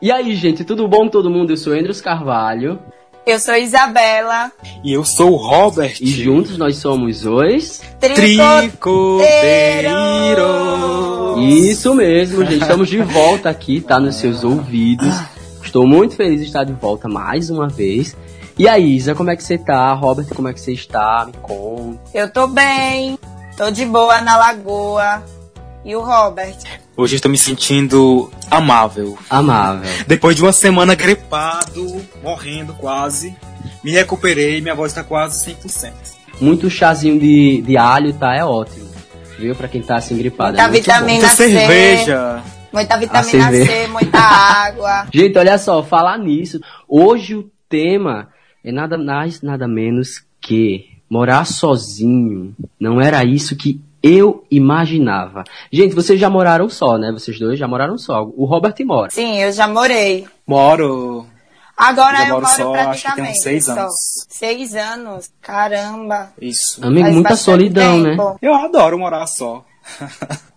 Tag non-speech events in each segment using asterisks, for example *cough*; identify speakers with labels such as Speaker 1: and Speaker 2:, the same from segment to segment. Speaker 1: E aí, gente, tudo bom todo mundo? Eu sou Andrews Carvalho.
Speaker 2: Eu sou Isabela.
Speaker 3: E eu sou o Robert.
Speaker 1: E juntos nós somos os.
Speaker 2: Tricoteiros.
Speaker 1: Isso mesmo, gente. Estamos de volta aqui, tá? Nos seus ouvidos. Estou muito feliz de estar de volta mais uma vez. E aí, Isa, como é que você tá? Robert, como é que você está? Me conta.
Speaker 2: Eu tô bem. Tô de boa na lagoa. E o Robert?
Speaker 3: Hoje eu estou me sentindo amável.
Speaker 1: Amável.
Speaker 3: Depois de uma semana gripado, morrendo quase, me recuperei, minha voz está quase 100%.
Speaker 1: Muito chazinho de, de alho, tá? É ótimo. Viu? Pra quem tá assim gripado.
Speaker 2: Da
Speaker 1: é muito
Speaker 2: vitamina-
Speaker 1: bom.
Speaker 3: Muita
Speaker 2: Minas
Speaker 3: cerveja.
Speaker 2: Muita
Speaker 1: A
Speaker 2: vitamina
Speaker 1: cerveja.
Speaker 2: C,
Speaker 1: *laughs*
Speaker 2: muita água.
Speaker 1: Gente, olha só, falar nisso. Hoje o tema é nada mais, nada menos que morar sozinho. Não era isso que eu imaginava. Gente, vocês já moraram só, né? Vocês dois já moraram só. O Robert mora.
Speaker 2: Sim, eu já morei.
Speaker 3: Moro.
Speaker 2: Agora
Speaker 3: Já
Speaker 2: eu
Speaker 3: moro
Speaker 2: moro
Speaker 3: só, acho que tem uns
Speaker 2: praticamente.
Speaker 3: seis
Speaker 2: só.
Speaker 3: anos.
Speaker 2: Seis anos? Caramba.
Speaker 3: Isso.
Speaker 1: Amigo,
Speaker 2: Faz
Speaker 1: muita
Speaker 2: bastante
Speaker 1: solidão, né?
Speaker 2: tempo.
Speaker 3: Eu adoro morar só. *laughs*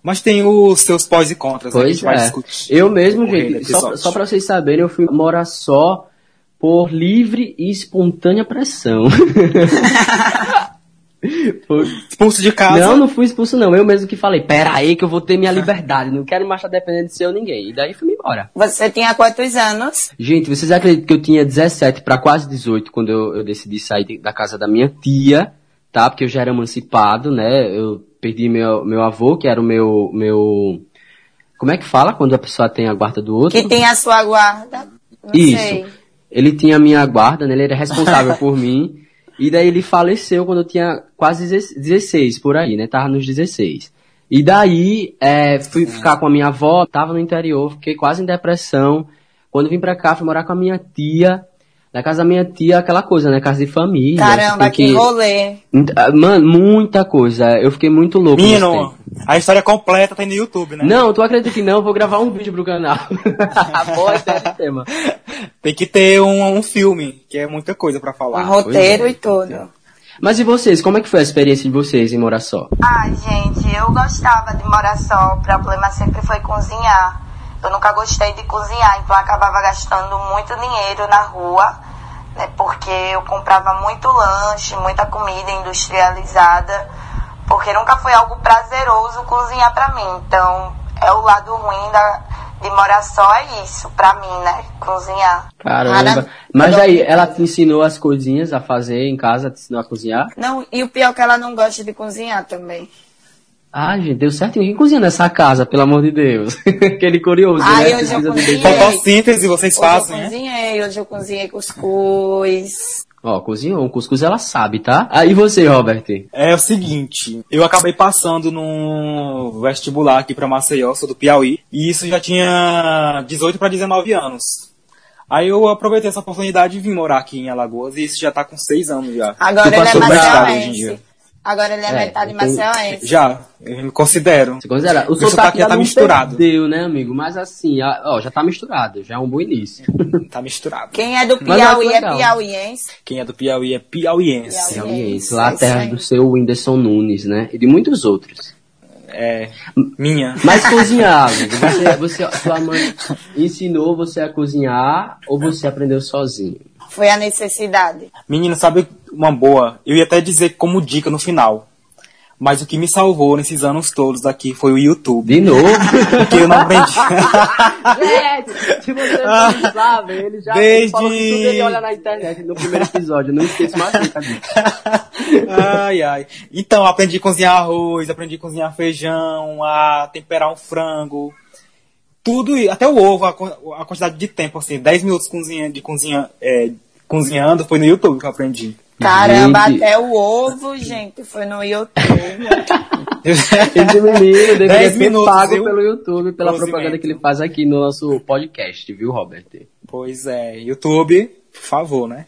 Speaker 3: Mas tem os seus pós e contras, né, que a
Speaker 1: Pois
Speaker 3: gente vai
Speaker 1: é.
Speaker 3: discutir.
Speaker 1: Eu mesmo,
Speaker 3: no
Speaker 1: gente, só,
Speaker 3: episódio.
Speaker 1: só pra vocês saberem, eu fui morar só por livre e espontânea
Speaker 3: *laughs*
Speaker 1: pressão. *laughs* Por-
Speaker 3: Expulso de casa.
Speaker 1: Não, não fui expulso, não. Eu mesmo que falei, pera aí que eu vou ter minha liberdade, não quero mais estar dependendo de ser ou ninguém. E daí fui embora.
Speaker 2: Você tinha quantos anos?
Speaker 1: Gente, vocês acreditam que eu tinha 17 para quase 18 quando eu, eu decidi sair de- da casa da minha tia, tá? Porque eu já era emancipado, né? Eu perdi meu, meu avô, que era o meu, meu. Como é que fala quando a pessoa tem a guarda do outro?
Speaker 2: Que tem a sua guarda? Não
Speaker 1: Isso.
Speaker 2: sei.
Speaker 1: Ele tinha a minha guarda, né? Ele era
Speaker 2: *laughs*
Speaker 1: responsável por mim. E daí ele faleceu quando eu tinha quase 16, por aí, né? Tava nos 16. E daí, é, fui ficar com a minha avó, tava no interior, fiquei quase em depressão. Quando vim pra cá, fui morar com a minha tia. Na casa da minha tia, aquela coisa, né? Casa de família.
Speaker 2: Caramba,
Speaker 1: você tem
Speaker 2: que rolê.
Speaker 1: Ent- ah, Mano, muita coisa. Eu fiquei muito louco. nesse tempo.
Speaker 3: Menino, a história completa tem no YouTube, né?
Speaker 1: Não, tu acredita que não? Eu vou gravar um vídeo pro canal.
Speaker 2: *laughs*
Speaker 1: *laughs* Boa, esse é o tema.
Speaker 3: Tem que ter um, um filme, que é muita coisa pra
Speaker 2: Um
Speaker 3: falar.
Speaker 2: roteiro e tudo.
Speaker 1: Mas e vocês? Como é que foi a experiência de vocês em morar só?
Speaker 2: Ai, gente, eu gostava de morar só. O problema sempre foi cozinhar. Eu nunca gostei de cozinhar, então eu acabava gastando muito dinheiro na rua, né? Porque eu comprava muito lanche, muita comida industrializada, porque nunca foi algo prazeroso cozinhar pra mim. Então, é o lado ruim da, de morar só é isso pra mim, né? Cozinhar.
Speaker 1: Caramba. Mas aí, ela te ensinou as coisinhas a fazer em casa, te ensinou a cozinhar?
Speaker 2: Não, e o pior é que ela não gosta de cozinhar também.
Speaker 1: Ah, gente, deu certo. Quem cozinha nessa casa, pelo amor de Deus? *laughs* Aquele curioso,
Speaker 2: Ai,
Speaker 1: né?
Speaker 2: eu já
Speaker 1: Precisa do
Speaker 2: cozinhei.
Speaker 1: bem-
Speaker 3: Fotossíntese vocês
Speaker 2: Hoje
Speaker 3: fazem,
Speaker 2: eu
Speaker 3: né?
Speaker 2: cozinhei, hoje eu cozinhei cuscuz.
Speaker 1: Ó, cozinhou. O cuscuz ela sabe, tá? Ah, e você, Robert?
Speaker 3: É o seguinte, eu acabei passando num vestibular aqui pra Maceió, sou do Piauí, e isso já tinha 18 pra 19 anos. Aí eu aproveitei essa oportunidade e vim morar aqui em Alagoas, e isso já tá com 6 anos já.
Speaker 2: Agora
Speaker 3: Tu
Speaker 2: ele é
Speaker 3: passou pra estado hoje em
Speaker 2: maceuense.
Speaker 3: dia.
Speaker 2: Agora ele é,
Speaker 1: É,
Speaker 2: metade
Speaker 1: eu tenho-
Speaker 2: maceuense.
Speaker 3: Já, eu me considero.
Speaker 1: Você considera? O
Speaker 3: Meu
Speaker 1: sotaque,
Speaker 3: sotaque já
Speaker 1: ainda
Speaker 3: tá
Speaker 1: não
Speaker 3: misturado.
Speaker 1: Perdeu, né, amigo? Mas assim, a- ó, já tá misturado. Já é um bom início.
Speaker 3: Tá misturado.
Speaker 2: Quem é do
Speaker 1: Mas olha que
Speaker 2: Piauí é
Speaker 1: legal.
Speaker 2: piauiense.
Speaker 3: Quem é do Piauí é piauiense.
Speaker 2: Piauí.
Speaker 1: Realmente.
Speaker 2: Isso, é
Speaker 1: Lá a
Speaker 2: isso
Speaker 1: terra
Speaker 2: aí.
Speaker 1: do seu Whindersson Nunes, né? E de muitos outros.
Speaker 3: É, minha.
Speaker 1: Mas
Speaker 2: *laughs*
Speaker 1: cozinhar, amigo, você, você, sua mãe ensinou você a cozinhar ou você aprendeu sozinho?
Speaker 2: Foi a necessidade.
Speaker 3: Menino, sabe uma boa? Eu ia até dizer como dica no final. Mas o que me salvou nesses anos todos aqui foi o YouTube.
Speaker 1: De novo?
Speaker 3: Porque eu não aprendi.
Speaker 1: Gente, se vocês não sabem, *laughs* ele já
Speaker 3: Desde-
Speaker 1: falou que tudo ele olha na internet no primeiro episódio, eu não esqueço mais nunca disso.
Speaker 3: ai, ai. Então, aprendi a cozinhar arroz, aprendi a cozinhar feijão, a temperar um frango. Tudo, e- até o ovo, a, co- a quantidade de tempo, assim, 10 minutos cozinha, de cozinha, é, cozinhando, foi no YouTube que eu aprendi.
Speaker 2: Caramba,
Speaker 1: Gente.
Speaker 2: até o ovo, gente, foi no YouTube.
Speaker 1: *laughs* Esse menino deveria
Speaker 3: 10
Speaker 1: ser
Speaker 3: minutos,
Speaker 1: pago
Speaker 3: viu?
Speaker 1: pelo YouTube, pela
Speaker 3: Cozimento.
Speaker 1: propaganda que ele faz aqui no nosso podcast, viu, Robert?
Speaker 3: pois é, YouTube, por favor, né?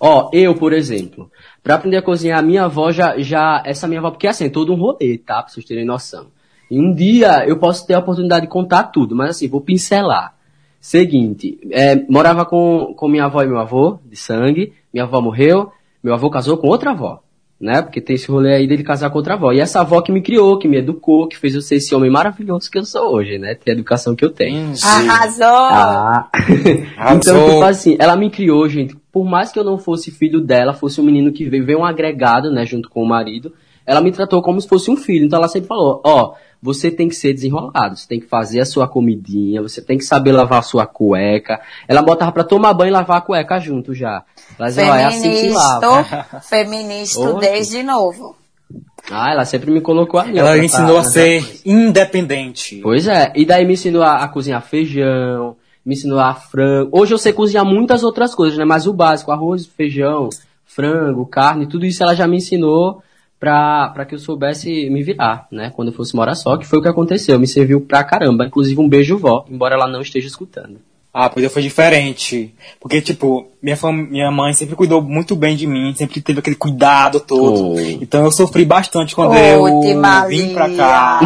Speaker 1: Ó, eu, por exemplo, pra aprender a cozinhar, minha avó já, já, essa minha avó, porque assim, é todo um rolê, tá? Pra vocês terem noção. E um dia eu posso ter a oportunidade de contar tudo, mas assim, vou pincelar. Seguinte, é, morava com, com minha avó e meu avô, de sangue, minha avó morreu, meu avô casou com outra avó. né? Porque tem esse rolê aí dele casar com outra avó. E essa avó que me criou, que me educou, que fez eu ser esse homem maravilhoso que eu sou hoje, né? Ter a educação que eu tenho.
Speaker 2: Arrasou!
Speaker 3: *laughs*
Speaker 1: Ah. então,
Speaker 3: Arrasou.
Speaker 1: tipo assim, ela me criou, gente. Por mais que eu não fosse filho dela, fosse um menino que veio, veio um agregado, né, junto com o marido, ela me tratou como se fosse um filho. Então ela sempre falou, ó, você tem que ser desenrolado, você tem que fazer a sua comidinha, você tem que saber lavar a sua cueca. Ela botava pra tomar banho e lavar a cueca junto já. Ela dizia, ó, é assim que se lava.
Speaker 2: Feministo, feministo
Speaker 1: Oxe.
Speaker 2: desde novo.
Speaker 1: Ah, ela sempre me colocou ali. ó,
Speaker 3: Ela
Speaker 1: pra- né?
Speaker 3: ensinou a
Speaker 1: pra-
Speaker 3: ser independente.
Speaker 1: Pois é, e daí me ensinou a, a cozinhar feijão, me ensinou a frango. Hoje eu sei cozinhar muitas outras coisas, né? Mas o básico, arroz, feijão, frango, carne, tudo isso ela já me ensinou pra, pra que eu soubesse me virar, né? Quando eu fosse morar só, que foi o que aconteceu. Me serviu pra caramba. Inclusive um beijo vó, embora ela não esteja escutando.
Speaker 3: Ah, pois eu foi diferente. Porque, tipo, minha, fam- minha mãe sempre cuidou muito bem de mim, sempre teve aquele cuidado todo.
Speaker 1: Oh.
Speaker 3: Então eu sofri bastante quando
Speaker 2: Ô, Tim
Speaker 3: eu
Speaker 2: Maria.
Speaker 3: vim pra cá.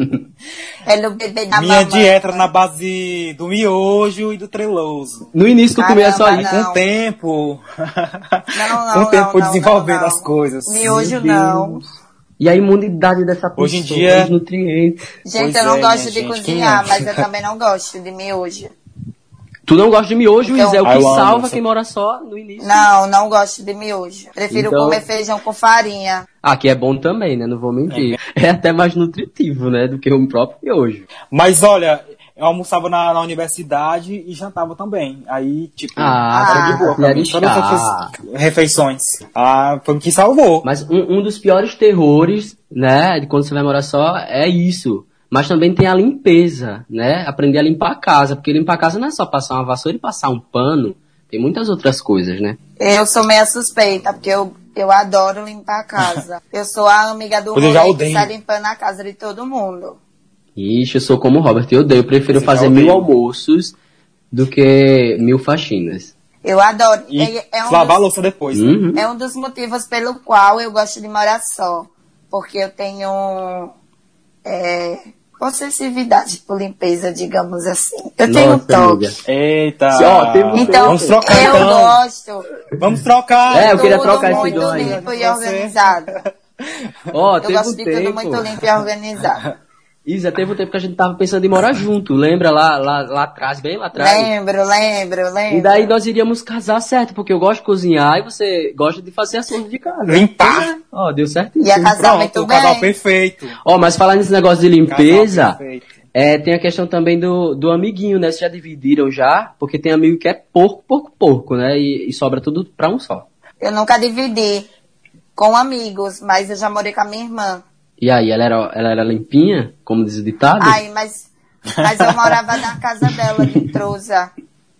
Speaker 2: Ele o É bebê da
Speaker 3: Minha
Speaker 2: mamãe.
Speaker 3: dieta era na base do miojo e do treloso.
Speaker 1: No início tu comia só
Speaker 2: Caramba,
Speaker 1: isso.
Speaker 3: Com
Speaker 2: Não.
Speaker 3: o tempo.
Speaker 2: Não, não,
Speaker 3: *laughs* com o tempo
Speaker 2: não,
Speaker 3: foi
Speaker 2: não,
Speaker 3: desenvolvendo
Speaker 2: não, não.
Speaker 3: as coisas. assim,
Speaker 2: Miojo
Speaker 1: Meu
Speaker 2: não.
Speaker 1: E a imunidade dessa pessoa,
Speaker 3: Hoje em dia-
Speaker 1: os nutrientes.
Speaker 2: Gente,
Speaker 3: Pois
Speaker 2: eu não
Speaker 3: é,
Speaker 2: gosto
Speaker 3: minha
Speaker 2: de
Speaker 3: gente,
Speaker 2: cozinhar,
Speaker 3: quem é?
Speaker 2: mas eu também não gosto de miojo.
Speaker 1: Tu não gosta de miojo,
Speaker 2: Então-
Speaker 1: Isa, é o
Speaker 3: I
Speaker 1: que
Speaker 3: love
Speaker 1: salva
Speaker 3: Ah, essa-
Speaker 1: quem mora só no início.
Speaker 2: Não, não gosto de miojo. Prefiro
Speaker 1: Então-
Speaker 2: comer feijão com farinha.
Speaker 1: Ah, que é bom também, né? Não vou mentir. É, até mais nutritivo, né? Do que o próprio miojo.
Speaker 3: Mas olha, eu almoçava na, na universidade e jantava também. Aí, tipo,
Speaker 1: Ah,
Speaker 3: era de boa. pra mim.
Speaker 1: colher
Speaker 3: Todas
Speaker 1: chá.
Speaker 3: essas refeições. Ah, foi o que salvou.
Speaker 1: Mas um, um dos piores terrores, né? De quando você vai morar só, é isso. Mas também tem a limpeza, né? Aprender a limpar a casa. Porque limpar a casa não é só passar uma vassoura e passar um pano. Tem muitas outras coisas, né?
Speaker 2: Eu sou meia suspeita, porque eu, eu adoro limpar a casa. eu sou a amiga do
Speaker 3: Pois eu já
Speaker 2: rolê que
Speaker 3: odeio.
Speaker 2: tá limpando a casa de todo mundo.
Speaker 1: Ixi, eu sou como o Robert. Eu odeio. Eu prefiro
Speaker 3: Você já
Speaker 1: fazer
Speaker 3: odeia.
Speaker 1: mil almoços do que mil faxinas.
Speaker 2: Eu adoro.
Speaker 3: E
Speaker 2: É- é um
Speaker 3: lavar
Speaker 2: dos-
Speaker 3: a louça depois. né?
Speaker 1: Uhum.
Speaker 2: É um dos motivos pelo qual eu gosto de morar só. Porque eu tenho é, possessividade por limpeza, digamos assim. Eu
Speaker 1: Uhum.
Speaker 2: tenho
Speaker 1: Nossa,
Speaker 2: toque.
Speaker 1: amiga.
Speaker 3: Eita!
Speaker 1: Ó, um temos-
Speaker 2: Então,
Speaker 3: vamos trocar
Speaker 2: eu
Speaker 3: então.
Speaker 2: gosto.
Speaker 3: Vamos trocar! então.
Speaker 1: É, eu
Speaker 2: de
Speaker 1: queria
Speaker 2: tudo
Speaker 1: trocar esse
Speaker 2: muito
Speaker 1: dom aí.
Speaker 2: limpo e
Speaker 3: Você.
Speaker 2: organizado.
Speaker 1: é Ó,
Speaker 2: eu
Speaker 1: teve
Speaker 2: gosto
Speaker 1: um
Speaker 2: de
Speaker 1: tempo.
Speaker 2: tudo muito limpo e organizado.
Speaker 1: *laughs* Isa, teve um tempo que a gente tava pensando em morar junto, lembra lá, lá, lá atrás, bem lá atrás?
Speaker 2: Lembro, lembro, lembro.
Speaker 1: E daí nós iríamos casar certo, porque eu gosto de cozinhar e você gosta de fazer as coisas de casa. Ah,
Speaker 3: Limpar!
Speaker 1: Ó, deu certo
Speaker 2: E a casa- Casar
Speaker 3: Pronto,
Speaker 2: muito
Speaker 3: o casal
Speaker 2: Uhum. bem.
Speaker 3: perfeito.
Speaker 1: Ó, mas falar nesse negócio de limpeza,
Speaker 3: Casal perfeito.
Speaker 1: é, tem a questão também do, do amiguinho, né? Vocês já dividiram já? Porque tem amigo que é porco, porco, porco, né? E, e sobra tudo pra um só.
Speaker 2: Eu nunca dividi com amigos, mas eu já morei com a minha irmã.
Speaker 1: E aí, ela era, ela era limpinha, como diz o ditado?
Speaker 2: Ai, mas, mas eu morava na casa dela, de Trouxa.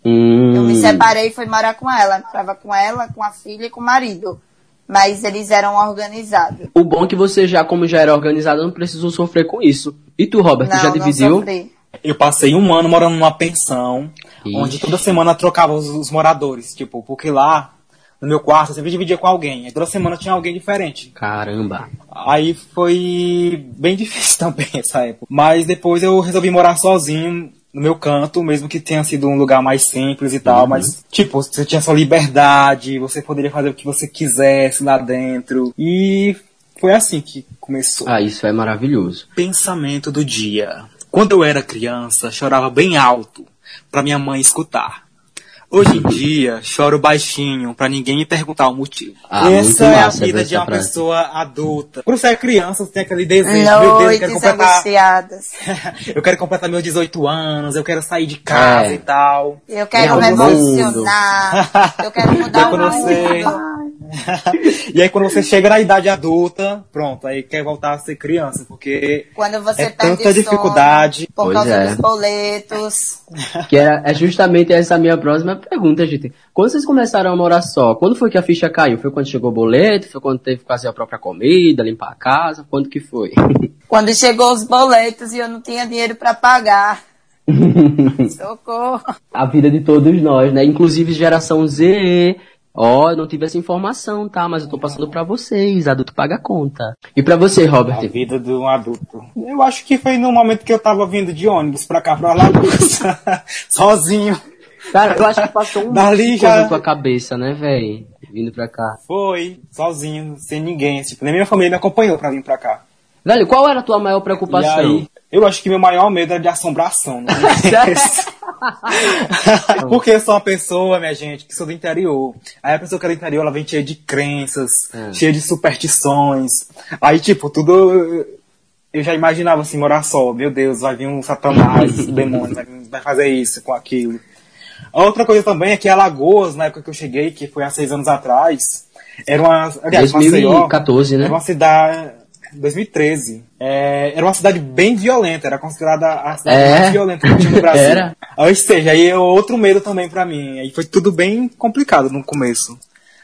Speaker 1: Hum.
Speaker 2: Eu me separei e fui morar com ela. Morava com ela, com a filha e com o marido. Mas eles eram organizados.
Speaker 1: O bom é que você já, como já era organizado, não precisou sofrer com isso. E tu, Robert,
Speaker 2: não,
Speaker 1: tu já
Speaker 2: não
Speaker 1: dividiu?
Speaker 2: sofri.
Speaker 3: Eu passei um ano morando numa pensão,
Speaker 1: Ixi.
Speaker 3: onde toda semana trocava os, os moradores, tipo, porque lá, no meu quarto, eu sempre dividia com alguém. Aí toda semana tinha alguém diferente.
Speaker 1: Caramba.
Speaker 3: Aí foi bem *laughs* difícil também essa época. Mas depois eu resolvi morar sozinho no meu canto, mesmo que tenha sido um lugar mais simples e tal, mas tipo, você tinha sua liberdade, você poderia fazer o que você quisesse lá dentro. E foi assim que começou.
Speaker 1: Ah, isso é maravilhoso.
Speaker 3: Pensamento do dia. Quando eu era criança, chorava bem alto pra minha mãe escutar. Hoje em dia, choro baixinho pra ninguém me perguntar o motivo.
Speaker 1: Ah, muito
Speaker 3: Essa é a
Speaker 1: massa
Speaker 3: vida
Speaker 1: essa
Speaker 3: de uma
Speaker 1: frase.
Speaker 3: pessoa adulta. Quando você é criança, você tem aquele desejo, meu Deus, eu
Speaker 2: Noites
Speaker 3: quero completar,
Speaker 2: angustiadas.
Speaker 3: *laughs* eu quero completar meus 18 anos, eu quero sair de casa
Speaker 1: É.
Speaker 3: e tal.
Speaker 2: Eu quero
Speaker 1: Meu
Speaker 2: revolucionar. Eu
Speaker 1: *laughs*
Speaker 2: quero mudar
Speaker 3: Eu
Speaker 2: o
Speaker 3: comecei.
Speaker 2: mundo.
Speaker 3: E aí quando você chega na idade adulta, pronto, aí quer voltar a ser criança, porque
Speaker 2: Quando você
Speaker 3: É
Speaker 2: perde
Speaker 3: tanta
Speaker 2: o sono
Speaker 3: dificuldade.
Speaker 2: por
Speaker 1: Pois
Speaker 2: causa
Speaker 1: é.
Speaker 2: dos boletos.
Speaker 1: Que era, é justamente essa minha próxima pergunta, gente. Quando vocês começaram a morar só, quando foi que a ficha caiu? Foi quando chegou o boleto? Foi quando teve que fazer a própria comida, limpar a casa? Quando que foi? *laughs*
Speaker 2: Quando chegou os boletos e eu não tinha dinheiro pra
Speaker 1: *laughs*
Speaker 2: pagar. Socorro.
Speaker 1: a vida de todos nós, né? Inclusive geração Z. Ó, eu não tive essa informação, tá? Mas eu tô passando pra vocês. Adulto paga a conta. E pra você, Robert?
Speaker 3: A vida de um adulto. Eu acho que foi no momento que eu tava vindo de ônibus pra cá, pra lá, *laughs* sozinho.
Speaker 1: Cara, eu acho que passou um
Speaker 3: Dali
Speaker 1: monte de
Speaker 3: já-
Speaker 1: coisa na tua cabeça, né, velho? Vindo pra cá.
Speaker 3: Foi, sozinho, sem ninguém. Tipo, nem minha família me acompanhou pra vir pra cá.
Speaker 1: Velho, qual era a tua maior preocupação?
Speaker 3: E aí, eu acho que meu maior medo era de assombração. Né?
Speaker 1: Sério?
Speaker 3: Porque eu sou uma pessoa, minha gente, que sou do interior. Aí a pessoa que é do interior, ela vem cheia de crenças,
Speaker 1: É.
Speaker 3: cheia de superstições. Aí, tipo, tudo... Eu já imaginava assim, morar só. Meu Deus, vai vir
Speaker 1: *laughs*
Speaker 3: um satanás, um demônio, vai, vir- vai fazer isso com aquilo. A Outra coisa também é que Alagoas, na época que eu cheguei, que foi há seis anos atrás, era uma... aliás, Maceió-
Speaker 1: 2014, né?
Speaker 3: era uma cidade. 2013. É, era uma cidade bem violenta, era considerada a cidade
Speaker 1: É.
Speaker 3: mais violenta que tinha no
Speaker 1: *laughs*
Speaker 3: Brasil.
Speaker 1: Era.
Speaker 3: Ou seja, aí é outro medo também pra mim. Aí foi tudo bem complicado no começo.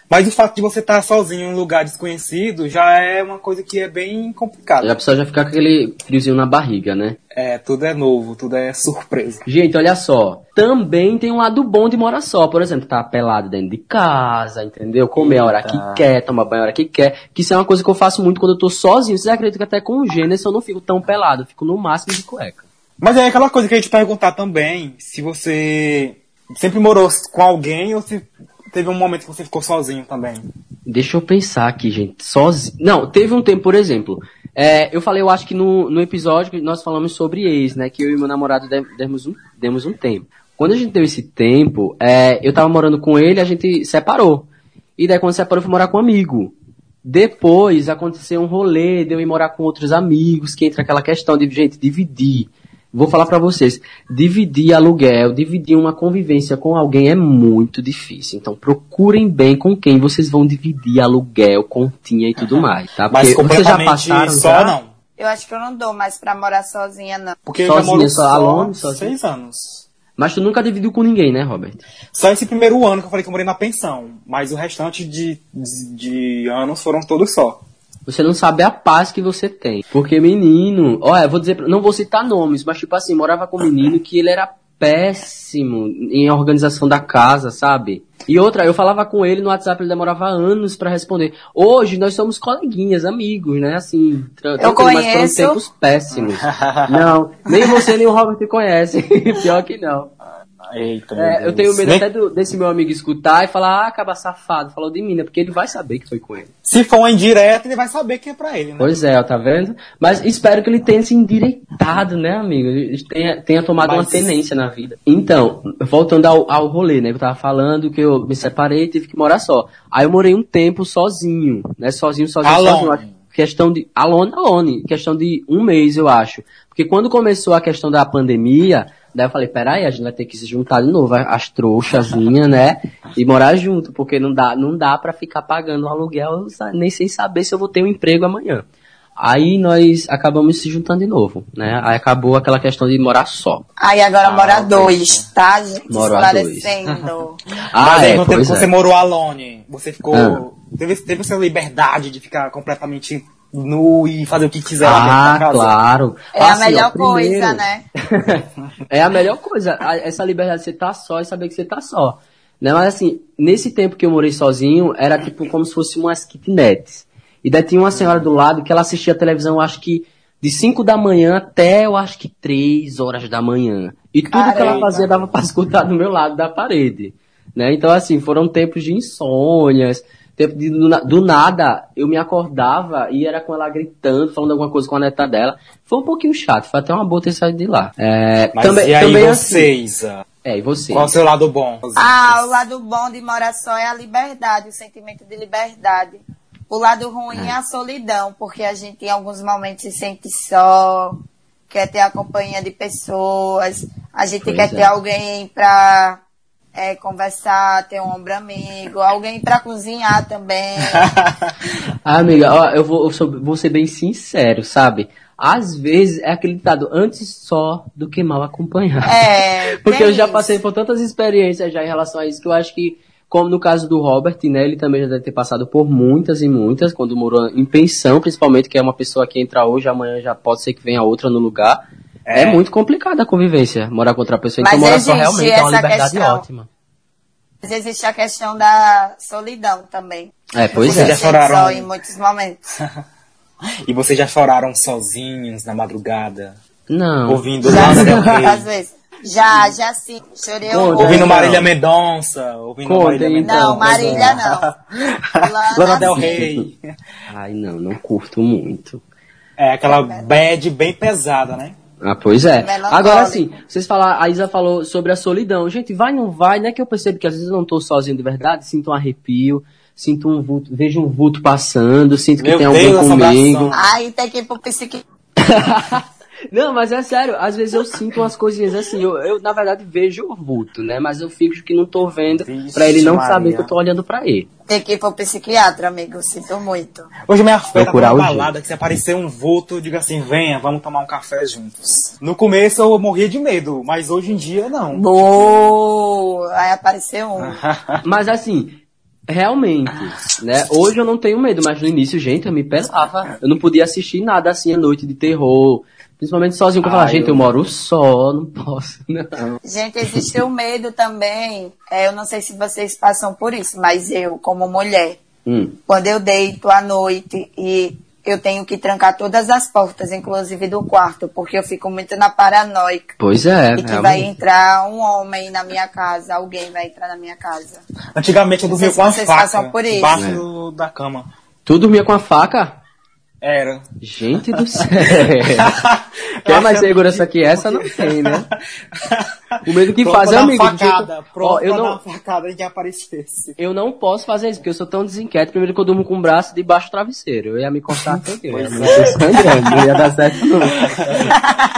Speaker 3: Mas o fato de você estar sozinho em um lugar desconhecido já é uma coisa que é bem
Speaker 1: A
Speaker 3: complicada.
Speaker 1: pessoa já fica com aquele friozinho na barriga, né?
Speaker 3: É, tudo é novo, tudo é surpresa.
Speaker 1: Gente, olha só. Também tem um lado bom de morar só. Por exemplo, tá pelado dentro de casa, entendeu? Comer a hora que
Speaker 3: Eita.
Speaker 1: quer, tomar banho a hora que quer. Que isso é uma coisa que eu faço muito quando eu tô sozinho. Vocês acreditam que até com o Gênesis eu não fico tão pelado. Eu fico no máximo de cueca.
Speaker 3: Mas é aquela coisa que eu ia te perguntar também, se você sempre morou com alguém ou se teve um momento que você ficou sozinho também.
Speaker 1: Deixa eu pensar aqui, gente. Sozinho. Não, teve um tempo, por exemplo. é, eu falei, eu acho que no, no episódio que nós falamos sobre ex, né? Que eu e meu namorado de- demos um, demos um tempo. Quando a gente deu esse tempo, é, eu tava morando com ele, a gente separou. E daí, quando separou, eu fui morar com um amigo. Depois aconteceu um rolê de eu ir morar com outros amigos, que entra aquela questão de, gente, dividir. Vou falar pra vocês, dividir aluguel, dividir uma convivência com alguém é muito difícil. Então procurem bem com quem vocês vão dividir aluguel, continha e tudo mais, tá? Porque
Speaker 3: Mas
Speaker 1: vocês já
Speaker 3: completamente
Speaker 1: passaram
Speaker 3: só
Speaker 1: já?
Speaker 3: não.
Speaker 2: Eu acho que eu não dou mais pra morar sozinha, não.
Speaker 3: Porque eu já
Speaker 1: Sozinha,
Speaker 3: moro
Speaker 1: só
Speaker 3: só
Speaker 1: alone, sozinha?
Speaker 3: seis anos.
Speaker 1: Mas tu nunca dividiu com ninguém, né, Robert?
Speaker 3: Só esse primeiro ano que eu falei que eu morei na pensão. Mas o restante de, de, de anos foram todos só.
Speaker 1: Você não sabe a paz que você tem. Porque menino, olha, vou dizer, pra- não vou citar nomes, mas tipo assim, morava com um menino que ele era péssimo em organização da casa, sabe? E outra, eu falava com ele no WhatsApp, ele demorava anos pra responder. Hoje nós somos coleguinhas, amigos, né? Assim, tra-
Speaker 2: Eu
Speaker 1: tranquilo, mas
Speaker 2: conheço.
Speaker 1: foram tempos péssimos.
Speaker 2: *laughs*
Speaker 1: não, nem você nem o Robert conhecem. *laughs* Pior que não.
Speaker 3: Eita,
Speaker 1: É, eu tenho medo até do- desse meu amigo escutar e falar, ah, acaba safado, falou de mim, né? Porque ele vai saber que foi com ele.
Speaker 3: Se for uma indireta, ele vai saber que é pra ele, né?
Speaker 1: Pois é, ó, tá vendo? Mas espero que ele tenha se endireitado, né, amigo? Ele Tenha, tenha tomado
Speaker 3: Mas-
Speaker 1: uma tenência na vida. Então, voltando ao, ao rolê, né? que Eu tava falando que eu me separei e tive que morar só. Aí eu morei um tempo sozinho, né? Sozinho, sozinho,
Speaker 3: Alone.
Speaker 1: sozinho. Acho que Questão de. Alone, alone. Questão de um mês, eu acho. Porque quando começou a questão da pandemia, daí eu falei, peraí, a gente vai ter que se juntar de novo, as trouxazinhas, né? E morar junto, porque não dá, não dá para ficar pagando aluguel sa- nem sem saber se eu vou ter um emprego amanhã. Aí nós acabamos se juntando de novo, né? Aí acabou aquela questão de morar só.
Speaker 2: Aí agora
Speaker 3: Ah,
Speaker 2: mora
Speaker 3: ok.
Speaker 2: dois, tá, gente?
Speaker 1: Mora dois. *laughs*
Speaker 2: Esclarecendo.
Speaker 1: Ah,
Speaker 3: Mas aí,
Speaker 1: é,
Speaker 3: no tempo que
Speaker 1: pois
Speaker 3: você né?
Speaker 1: é.
Speaker 3: morou alone, você ficou.
Speaker 1: Ah.
Speaker 3: Teve, teve essa liberdade de ficar completamente nu e fazer o que quiser lá
Speaker 1: Ah,
Speaker 3: dentro da casa.
Speaker 1: claro.
Speaker 2: É
Speaker 1: Assim,
Speaker 2: a
Speaker 1: ó,
Speaker 2: melhor
Speaker 1: primeiro-
Speaker 2: coisa, né?
Speaker 1: É a melhor coisa, a- essa liberdade de você tá só e saber que você tá só. Né? Mas assim, nesse tempo que eu morei sozinho, era tipo como se fosse umas kitnets. E daí tinha uma senhora do lado que ela assistia a televisão, eu acho que de 5 da manhã até eu acho que 3 horas da manhã. E tudo que ela
Speaker 2: Caramba.
Speaker 1: fazia dava pra *laughs* escutar do meu lado da parede. Né? Então, assim, foram tempos de insônias. Tempo de, do, na- do nada, eu me acordava e era com ela gritando, falando alguma coisa com a neta dela. Foi um pouquinho chato, foi até uma boa ter saído de lá. É,
Speaker 3: Mas
Speaker 1: também,
Speaker 3: e aí
Speaker 1: também
Speaker 3: você,
Speaker 1: assim-
Speaker 3: Isa?
Speaker 1: é, e você?
Speaker 3: Qual é o seu lado bom?
Speaker 2: Ah, o lado bom de morar só é a liberdade, o sentimento de liberdade. O lado ruim é a solidão, porque a gente em alguns momentos se sente só, quer ter a companhia de pessoas, a gente
Speaker 1: Pois
Speaker 2: quer
Speaker 1: é.
Speaker 2: ter alguém pra é, conversar, ter um ombro amigo, alguém pra
Speaker 1: *laughs*
Speaker 2: cozinhar também.
Speaker 1: Ah, amiga, ó, eu vou, eu sou- vou ser bem sincero, sabe? Às vezes é aquele ditado, antes só do que mal acompanhado.
Speaker 2: É,
Speaker 1: Porque
Speaker 2: tem
Speaker 1: eu já
Speaker 2: isso.
Speaker 1: passei por tantas experiências já em relação a isso que eu acho que, como no caso do Robert, né, ele também já deve ter passado por muitas e muitas, quando morou em pensão, principalmente, que é uma pessoa que entra hoje, amanhã já pode ser que venha outra no lugar. É, muito complicada a convivência, morar com outra pessoa.
Speaker 2: Mas
Speaker 1: então, morar só
Speaker 2: existe
Speaker 1: realmente é uma
Speaker 2: essa
Speaker 1: liberdade
Speaker 2: questão.
Speaker 1: ótima.
Speaker 2: Mas existe a questão da solidão também.
Speaker 1: É, pois
Speaker 2: Você
Speaker 3: Vocês
Speaker 1: é.
Speaker 2: se sente
Speaker 3: já choraram?
Speaker 2: só em muitos momentos.
Speaker 3: E vocês já choraram sozinhos na madrugada,
Speaker 1: Não.
Speaker 3: ouvindo
Speaker 2: Já,
Speaker 3: *laughs* Lana Del Rey?
Speaker 2: às vezes. Já, já sim. Chorei
Speaker 1: Conta,
Speaker 2: horrores.
Speaker 3: Ouvindo
Speaker 1: Não. então,
Speaker 3: Marília Mendonça. Ouvindo
Speaker 1: Contem,
Speaker 3: Marília Mendonça.
Speaker 2: Não,
Speaker 1: é.
Speaker 2: Marília não.
Speaker 3: *laughs* Lana Del
Speaker 2: sim.
Speaker 3: Rey.
Speaker 1: Ai, não, não curto muito.
Speaker 3: É aquela bad bem pesada, né?
Speaker 1: Ah, pois é.
Speaker 2: Melancólico.
Speaker 1: Agora sim, vocês falaram, a Isa falou sobre a solidão. Gente, vai não vai, né? Que eu percebo que às vezes eu não tô sozinho de verdade, sinto um arrepio, sinto um vulto, vejo um vulto passando, sinto que
Speaker 3: Meu
Speaker 1: tem
Speaker 3: Deus,
Speaker 1: alguém
Speaker 3: essa
Speaker 1: comigo.
Speaker 3: abração.
Speaker 2: Aí tem que ir pro psiquiatra.
Speaker 1: *laughs* Não, mas é sério, às vezes eu sinto umas coisinhas assim, eu, eu, na verdade vejo o vulto, né? Mas eu fico que não tô vendo
Speaker 3: Vixe
Speaker 1: pra ele não
Speaker 3: Maria.
Speaker 1: saber que eu tô olhando pra ele.
Speaker 2: Tem que ir pro psiquiatra, amigo. Sinto muito.
Speaker 3: Hoje minha fé tá
Speaker 1: Procurar
Speaker 3: tão
Speaker 1: o
Speaker 3: balada que se aparecer um vulto, eu digo assim, venha, vamos tomar um café juntos. No começo eu morria de medo, mas hoje em dia não.
Speaker 2: Boa! Aí apareceu um.
Speaker 1: Mas assim, realmente, né? Hoje eu não tenho medo, mas no início, gente, eu me pesava. Eu não podia assistir nada assim à noite de terror. Principalmente sozinho, que eu falava,
Speaker 3: Ai,
Speaker 1: gente,
Speaker 3: Ah, eu-
Speaker 1: eu moro só, não posso, não.
Speaker 2: Gente, existe o medo também. É, eu não sei se vocês passam por isso, mas eu, como mulher,
Speaker 1: Hum.
Speaker 2: quando eu deito à noite e eu tenho que trancar todas as portas, inclusive do quarto, porque eu fico muito na paranoica.
Speaker 1: Pois é,
Speaker 2: E que vai
Speaker 1: realmente.
Speaker 2: entrar um homem na minha casa, alguém vai entrar na minha casa.
Speaker 3: Antigamente eu dormia
Speaker 2: Vocês-
Speaker 3: com a
Speaker 2: vocês
Speaker 3: faca
Speaker 2: passam por isso.
Speaker 3: embaixo
Speaker 1: É.
Speaker 3: do- da cama.
Speaker 1: Tu dormia com a faca?
Speaker 3: Era.
Speaker 1: Gente do
Speaker 3: *laughs*
Speaker 1: céu. *laughs* Quer mais segurança que essa? Não tem, né? O medo que
Speaker 3: Pronto
Speaker 1: faz,
Speaker 3: pra dar
Speaker 1: amigo.
Speaker 3: uma
Speaker 1: do jeito-
Speaker 3: Facada, pronto
Speaker 1: Ó, eu
Speaker 3: pra dar
Speaker 1: não,
Speaker 3: uma facada em que aparecesse.
Speaker 1: eu não posso fazer isso, porque eu sou tão desinquieto. Primeiro que eu durmo com o braço debaixo do travesseiro. Eu ia me
Speaker 3: *laughs*
Speaker 1: cortar todo. Eu ia me sangrando, não ia dar certo nunca.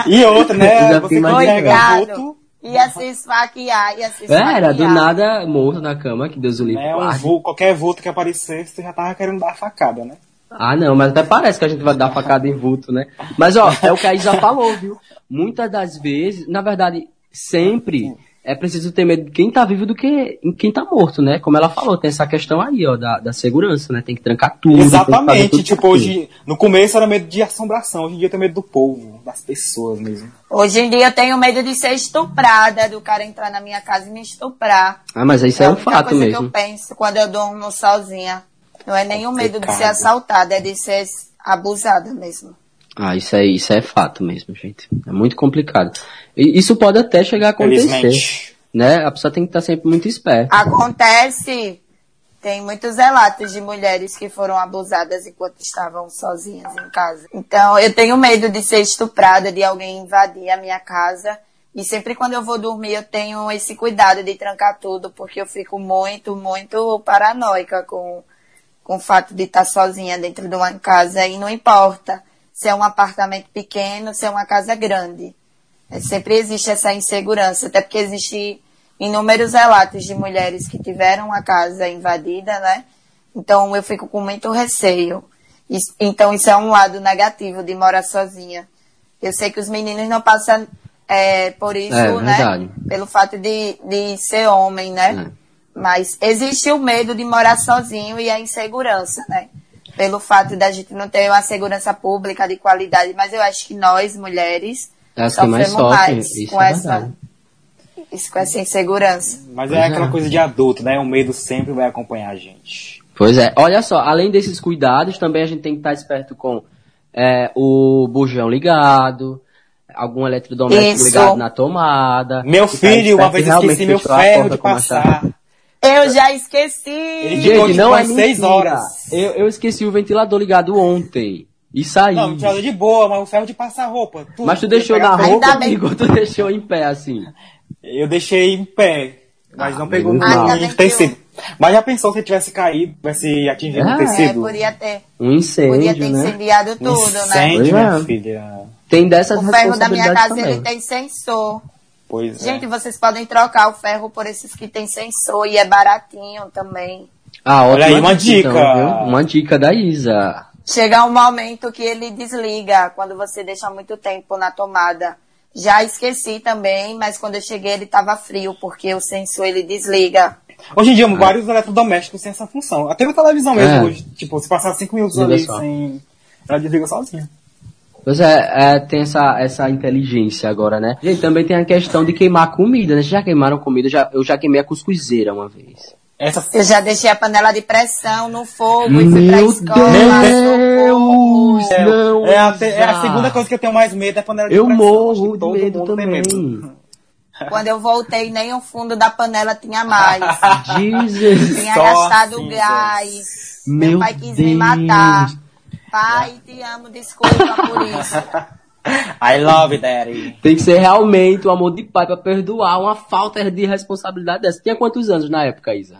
Speaker 3: E outra, né?
Speaker 1: *laughs* Já
Speaker 3: Você
Speaker 1: fiquei imaginando.
Speaker 3: pega
Speaker 2: Obrigado.
Speaker 3: vulto,
Speaker 2: Ia se esfaquear, ia se esfaquear.
Speaker 1: Era, do nada, morto na cama, que Deus o livre.
Speaker 3: né? Um
Speaker 1: guarde.
Speaker 3: vulto, qualquer vulto que aparecesse, tu já tava querendo dar a facada, né?
Speaker 1: Ah, não, mas até parece que a gente vai dar facada em vulto, né? Mas, ó, é o que a Isa falou, viu? Muitas das vezes, na verdade, sempre é preciso ter medo de quem tá vivo do que em quem tá morto, né? Como ela falou, tem essa questão aí, ó, da, da segurança, né? Tem que trancar tudo. tem que fazer
Speaker 3: Exatamente.
Speaker 1: tudo
Speaker 3: Tipo,
Speaker 1: certinho.
Speaker 3: hoje, no começo era medo de assombração, hoje em dia eu tenho medo do povo, das pessoas mesmo.
Speaker 2: Hoje em dia eu tenho medo de ser estuprada, do cara entrar na minha casa e me estuprar.
Speaker 1: Ah, mas isso é
Speaker 2: a
Speaker 1: um
Speaker 2: única
Speaker 1: fato
Speaker 2: coisa que
Speaker 1: mesmo.
Speaker 2: eu penso quando eu durmo sozinha. Não é nem o medo de ser
Speaker 3: Complicado.
Speaker 2: assaltada, é de ser abusada mesmo.
Speaker 1: Ah, isso é, isso é fato mesmo, gente. É muito complicado. E isso pode até chegar a acontecer,
Speaker 3: Felizmente.
Speaker 1: né? A pessoa tem que estar sempre muito esperta.
Speaker 2: Acontece, tem muitos relatos de mulheres que foram abusadas enquanto estavam sozinhas em casa. Então, eu tenho medo de ser estuprada, de alguém invadir a minha casa. E sempre quando eu vou dormir, eu tenho esse cuidado de trancar tudo, porque eu fico muito, muito paranoica com, com o fato de estar sozinha dentro de uma casa. E não importa se é um apartamento pequeno, se é uma casa grande. É, Sempre existe essa insegurança, até porque existe inúmeros relatos de mulheres que tiveram a casa invadida, né? Então eu fico com muito receio. Is- Então isso é um lado negativo de morar sozinha. Eu sei que os meninos não passam é, por isso,
Speaker 1: É, verdade.
Speaker 2: né? Pelo fato de, de ser homem,
Speaker 1: É.
Speaker 2: né? Mas existe o medo de morar sozinho e a insegurança, né? Pelo fato da gente não ter uma segurança pública de qualidade, mas eu acho que nós, mulheres,
Speaker 1: É as que mais
Speaker 2: sofremos
Speaker 1: sofrem,
Speaker 2: mais
Speaker 1: isso
Speaker 2: com,
Speaker 1: é
Speaker 2: essa,
Speaker 1: verdade.
Speaker 2: isso, com essa insegurança.
Speaker 3: Mas
Speaker 1: Pois
Speaker 3: é
Speaker 1: é.
Speaker 3: aquela coisa de adulto, né? O medo sempre vai acompanhar a gente.
Speaker 1: Pois é, olha só, além desses cuidados, também a gente tem que estar esperto com é, o bujão ligado, algum eletrodoméstico
Speaker 2: Isso.
Speaker 1: ligado na tomada.
Speaker 3: Meu
Speaker 1: Ficar
Speaker 3: filho,
Speaker 1: esperto
Speaker 3: uma vez
Speaker 1: e realmente
Speaker 3: esqueci meu
Speaker 1: fechar a
Speaker 3: ferro
Speaker 1: porta
Speaker 3: de
Speaker 1: com a chave.
Speaker 3: passar.
Speaker 1: É.
Speaker 2: Eu já esqueci!
Speaker 3: Ele- ficou,
Speaker 1: Gente,
Speaker 3: tipo,
Speaker 1: não é
Speaker 3: umas seis
Speaker 1: mentira.
Speaker 3: horas.
Speaker 1: Eu, eu esqueci o ventilador ligado ontem e saí.
Speaker 3: Não, me tirou de boa, mas o ferro de passar roupa. tudo
Speaker 1: mas tu
Speaker 3: que eu
Speaker 1: deixou na
Speaker 3: pegava-
Speaker 2: Ainda
Speaker 1: roupa,
Speaker 2: bem.
Speaker 1: amigo, *laughs* ou tu deixou em pé assim.
Speaker 3: Eu deixei em pé, mas
Speaker 1: Ah,
Speaker 3: não pegou
Speaker 1: menos
Speaker 2: mal.
Speaker 3: no
Speaker 2: Ainda bem que
Speaker 3: tecido. Mas já pensou se tivesse caído, tivesse atingido
Speaker 1: É.
Speaker 3: o
Speaker 2: É,
Speaker 3: tecido?
Speaker 2: podia ter,
Speaker 1: Um
Speaker 2: podia ter
Speaker 1: incêndio, né?
Speaker 2: incendiado tudo, né?
Speaker 3: Incêndio,
Speaker 1: Pois é.
Speaker 3: minha filha.
Speaker 1: Tem dessas
Speaker 2: O ferro da minha
Speaker 1: responsabilidades
Speaker 2: casa
Speaker 1: também.
Speaker 2: ele tem sensor.
Speaker 3: Pois
Speaker 2: Gente,
Speaker 3: é.
Speaker 2: vocês podem trocar o ferro por esses que tem sensor e é baratinho também.
Speaker 1: Ah, ótima
Speaker 3: Olha aí, uma dica.
Speaker 1: viu? Uma dica da Isa.
Speaker 2: Chega um momento que ele desliga quando você deixa muito tempo na tomada. Já esqueci também, mas quando eu cheguei ele estava frio, porque o sensor ele desliga.
Speaker 3: Hoje em dia, vários eletrodomésticos têm essa função. Até na televisão mesmo,
Speaker 1: É.
Speaker 3: hoje. Tipo, se passar cinco minutos
Speaker 1: Desliga
Speaker 3: ali
Speaker 1: só.
Speaker 3: sem... Ela desliga sozinha.
Speaker 1: Pois é, é, tem essa, essa inteligência agora, né? Gente, também tem a questão de queimar comida, né? Vocês já queimaram comida? Já, eu já queimei a cuscuzeira uma vez.
Speaker 3: Essa...
Speaker 2: Eu já deixei a panela de pressão no fogo e fui pra
Speaker 1: Meu
Speaker 2: escola.
Speaker 1: Deus!
Speaker 2: socorro.
Speaker 1: Deus, não,
Speaker 3: é, a, te- é a
Speaker 1: Isa.
Speaker 3: segunda coisa que eu tenho mais medo, é a panela de
Speaker 1: Eu
Speaker 3: pressão. Acho que
Speaker 1: morro de
Speaker 3: todo
Speaker 1: medo
Speaker 3: mundo tem
Speaker 1: também.
Speaker 3: medo.
Speaker 2: Quando eu voltei, nem o fundo da panela tinha
Speaker 3: *laughs*
Speaker 2: mais.
Speaker 1: Jesus. *laughs*
Speaker 2: Tinha
Speaker 3: Só
Speaker 2: gastado
Speaker 3: cinzas.
Speaker 2: gás. Meu,
Speaker 1: Meu
Speaker 2: pai quis
Speaker 1: Deus.
Speaker 2: me matar. Pai, te amo, desculpa por isso.
Speaker 3: *laughs* I love you, daddy.
Speaker 1: Tem que ser realmente o amor de pai pra perdoar uma falta de responsabilidade dessa. Tinha quantos anos na época, Isa?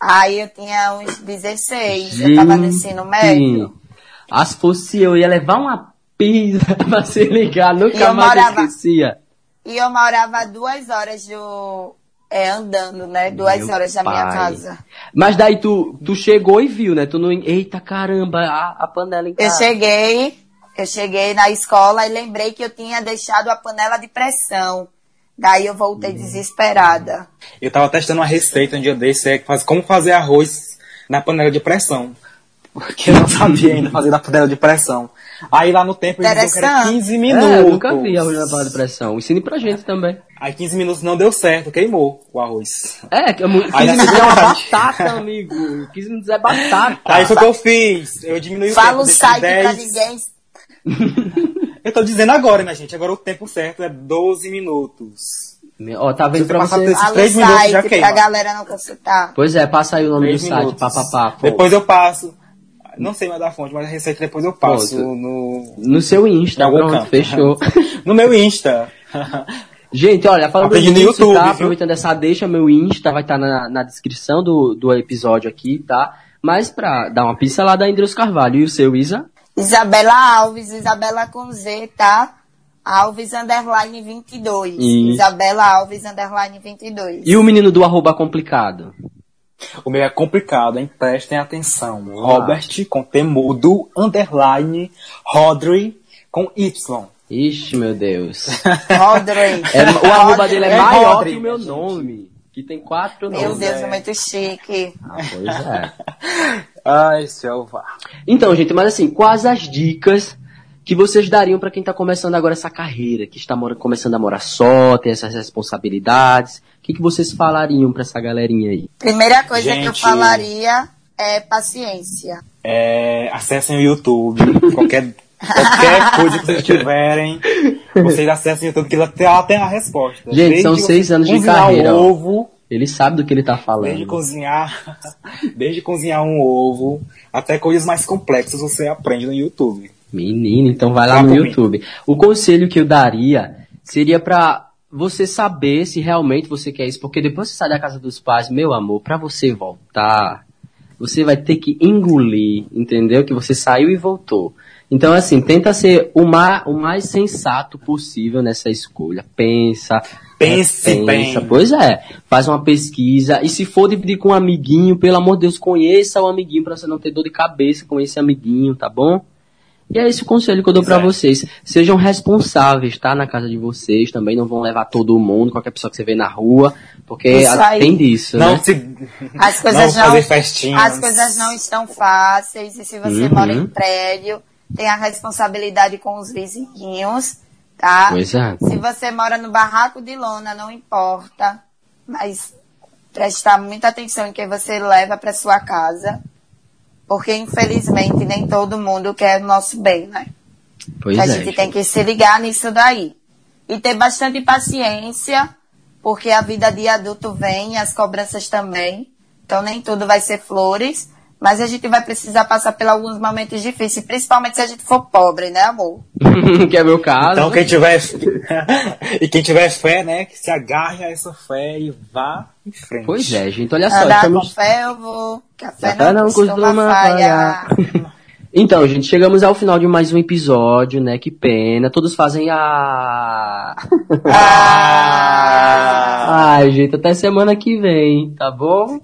Speaker 2: Aí eu tinha uns 16, eu tava no ensino médio.
Speaker 1: Gente, Ah, se fosse eu, ia levar uma pizza *laughs* pra se ligar, nunca
Speaker 2: E eu
Speaker 1: mais
Speaker 2: morava-
Speaker 1: esquecia.
Speaker 2: E eu morava a duas horas do. É, andando, né? Duas
Speaker 1: Meu
Speaker 2: horas da minha
Speaker 1: pai.
Speaker 2: casa.
Speaker 1: Mas daí tu, tu chegou e viu, né? Tu não. Eita caramba, a, a panela em
Speaker 2: Eu
Speaker 1: casa.
Speaker 2: cheguei, eu cheguei na escola e lembrei que eu tinha deixado a panela de pressão. Daí eu voltei desesperada.
Speaker 3: Eu tava testando uma receita um dia desse, é que faz- como fazer arroz na panela de pressão. Porque eu não sabia ainda fazer na panela de pressão. Aí lá no tempo eles diziam que era
Speaker 2: Interessante.
Speaker 3: 15
Speaker 1: É,
Speaker 3: minutos.
Speaker 1: eu nunca vi arroz na panela de pressão. Ensine pra gente também.
Speaker 3: Aí 15 minutos não deu certo, queimou o arroz.
Speaker 1: É, que é muito.
Speaker 3: Aí
Speaker 1: 15 minutos é uma
Speaker 3: verdade.
Speaker 1: *laughs* batata, amigo. 15 minutos é batata.
Speaker 3: Aí foi Tá, o que eu fiz. Eu diminui o
Speaker 2: Fala
Speaker 3: tempo.
Speaker 2: o
Speaker 3: deixei
Speaker 2: site pra
Speaker 3: 10.
Speaker 2: ninguém.
Speaker 3: Eu tô dizendo agora, minha gente. Agora o tempo certo é 12 minutos.
Speaker 1: Me- Ó, tá vendo
Speaker 3: Se você
Speaker 1: pra
Speaker 3: passar
Speaker 1: você.
Speaker 3: três-
Speaker 2: Fala o
Speaker 3: três minutos já
Speaker 2: site pra
Speaker 3: queima.
Speaker 2: galera não consultar.
Speaker 1: Pois é, passa aí o nome do
Speaker 3: Três
Speaker 1: site,
Speaker 3: minutos.
Speaker 1: papapá. pô.
Speaker 3: Depois eu passo. Não sei mais da fonte, mas a receita depois eu passo
Speaker 1: Pronto.
Speaker 3: no.
Speaker 1: No seu Insta,
Speaker 3: Em algum
Speaker 1: pronto,
Speaker 3: canto.
Speaker 1: fechou. *laughs*
Speaker 3: No meu Insta.
Speaker 1: Gente, olha, falando
Speaker 3: Aprendi no
Speaker 1: disso,
Speaker 3: YouTube,
Speaker 1: tá?
Speaker 3: viu?
Speaker 1: Aproveitando essa deixa, meu Insta vai estar na, na descrição do, do episódio aqui, tá? Mas pra dar uma pincelada, Andrews Carvalho e o seu, Isa?
Speaker 2: Isabela Alves, Isabela com Z, tá? Alves underline 22.
Speaker 1: Isso.
Speaker 2: Isabela Alves underline 22.
Speaker 1: E o menino do arroba complicado?
Speaker 3: *laughs* o meu é complicado, hein? Prestem atenção.
Speaker 1: lá.
Speaker 3: Robert com temudo, underline, Rodri com Y.
Speaker 1: Ixi, meu Deus.
Speaker 2: Rodri.
Speaker 1: *laughs* É- o arroba
Speaker 2: Rodri.
Speaker 1: dele é
Speaker 3: é
Speaker 1: maior
Speaker 3: Rodri,
Speaker 1: que o meu
Speaker 3: gente.
Speaker 1: nome, que tem quatro
Speaker 2: Meu
Speaker 1: nomes.
Speaker 2: Deus, é muito chique.
Speaker 1: Ah, pois é.
Speaker 3: Ai, selva.
Speaker 1: Então, gente, mas assim, quais as dicas que vocês dariam pra quem tá começando agora essa carreira, que está mora- começando a morar só, tem essas responsabilidades? O que, que vocês falariam pra essa galerinha aí?
Speaker 2: Primeira coisa que eu
Speaker 3: Gente.
Speaker 2: falaria é paciência.
Speaker 3: É, acessem o YouTube, qualquer, qualquer coisa que vocês tiverem, vocês acessem o YouTube, que lá tem, lá tem a resposta.
Speaker 1: Gente, são seis
Speaker 3: você
Speaker 1: anos de
Speaker 3: cozinhar
Speaker 1: carreira,
Speaker 3: Um
Speaker 1: ó.
Speaker 3: ovo,
Speaker 1: Ele sabe do que ele tá
Speaker 3: desde
Speaker 1: falando.
Speaker 3: cozinhar, *laughs* desde cozinhar um ovo, até coisas mais complexas você aprende no YouTube.
Speaker 1: Menino, então vai lá
Speaker 3: Tá
Speaker 1: no
Speaker 3: comigo.
Speaker 1: YouTube. O conselho que eu daria seria pra você saber se realmente você quer isso, porque depois que você sai da casa dos pais, meu amor, pra você voltar, você vai ter que engolir, entendeu? Que você saiu e voltou. Então, assim, tenta ser o, ma o mais sensato possível nessa escolha. Pensa.
Speaker 3: Pense bem.
Speaker 1: Pois é. Faz uma pesquisa. E se for dividir com um amiguinho, pelo amor de Deus, conheça o amiguinho pra você não ter dor de cabeça com esse amiguinho, tá bom? E é esse o conselho que eu dou
Speaker 3: Pois
Speaker 1: pra
Speaker 3: é.
Speaker 1: vocês. Sejam responsáveis, tá? Na casa de vocês também. Não vão levar todo mundo, qualquer pessoa que você vê na rua. Porque
Speaker 2: Isso
Speaker 1: a-
Speaker 2: aí.
Speaker 1: tem disso,
Speaker 3: Não
Speaker 1: né?
Speaker 3: se. *laughs*
Speaker 2: As coisas
Speaker 3: não
Speaker 2: não,
Speaker 3: fazer festinhas.
Speaker 2: as coisas não estão fáceis e se você
Speaker 1: Uhum.
Speaker 2: mora em prédio, tem a responsabilidade com os vizinhos, tá?
Speaker 1: Pois é.
Speaker 2: Se você mora no barraco de lona, não importa, mas prestar muita atenção em quem você leva para sua casa, porque infelizmente nem todo mundo quer o nosso bem, né?
Speaker 1: Pois
Speaker 2: que a
Speaker 1: é. *laughs*
Speaker 2: gente tem que se ligar nisso daí. E ter bastante paciência, porque a vida de adulto vem, as cobranças também. Então nem tudo vai ser flores, mas a gente vai precisar passar por alguns momentos difíceis, principalmente se a gente for pobre, né, amor?
Speaker 1: gente. que é meu caso.
Speaker 3: Então quem tiver *laughs* e quem tiver fé, né, que se agarre a essa fé e vá em frente.
Speaker 1: Pois é, gente. Olha só,
Speaker 2: Andar com
Speaker 1: estamos...
Speaker 2: fé eu vou, café
Speaker 1: Café
Speaker 2: não, costuma falhar.
Speaker 1: Então, gente, chegamos ao final de mais um episódio, né? Que pena. Todos fazem a...
Speaker 2: Ah.
Speaker 1: Ai, gente, até semana que vem, tá bom?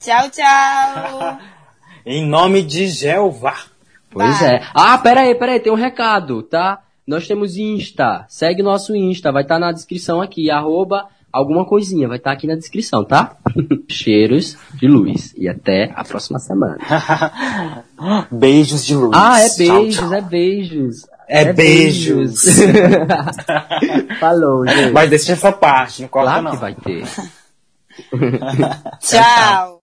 Speaker 2: Tchau, tchau.
Speaker 3: Em nome de Jeová.
Speaker 1: Pois
Speaker 2: Vai.
Speaker 1: é. Ah, pera aí, pera aí, tem um recado, tá? Nós temos Insta. Segue nosso Insta, vai estar na descrição aqui, arroba alguma coisinha, vai estar aqui na descrição, tá? *laughs* Cheiros de luz. E até a próxima semana.
Speaker 3: *laughs* Beijos de luz.
Speaker 1: Ah, é
Speaker 3: Tchau,
Speaker 1: beijos,
Speaker 3: tchau.
Speaker 1: é beijos.
Speaker 3: É beijos.
Speaker 1: beijos. *laughs* Falou, gente.
Speaker 3: Mas deixa essa parte, não corta
Speaker 1: claro
Speaker 3: não.
Speaker 1: que vai ter.
Speaker 2: Tchau.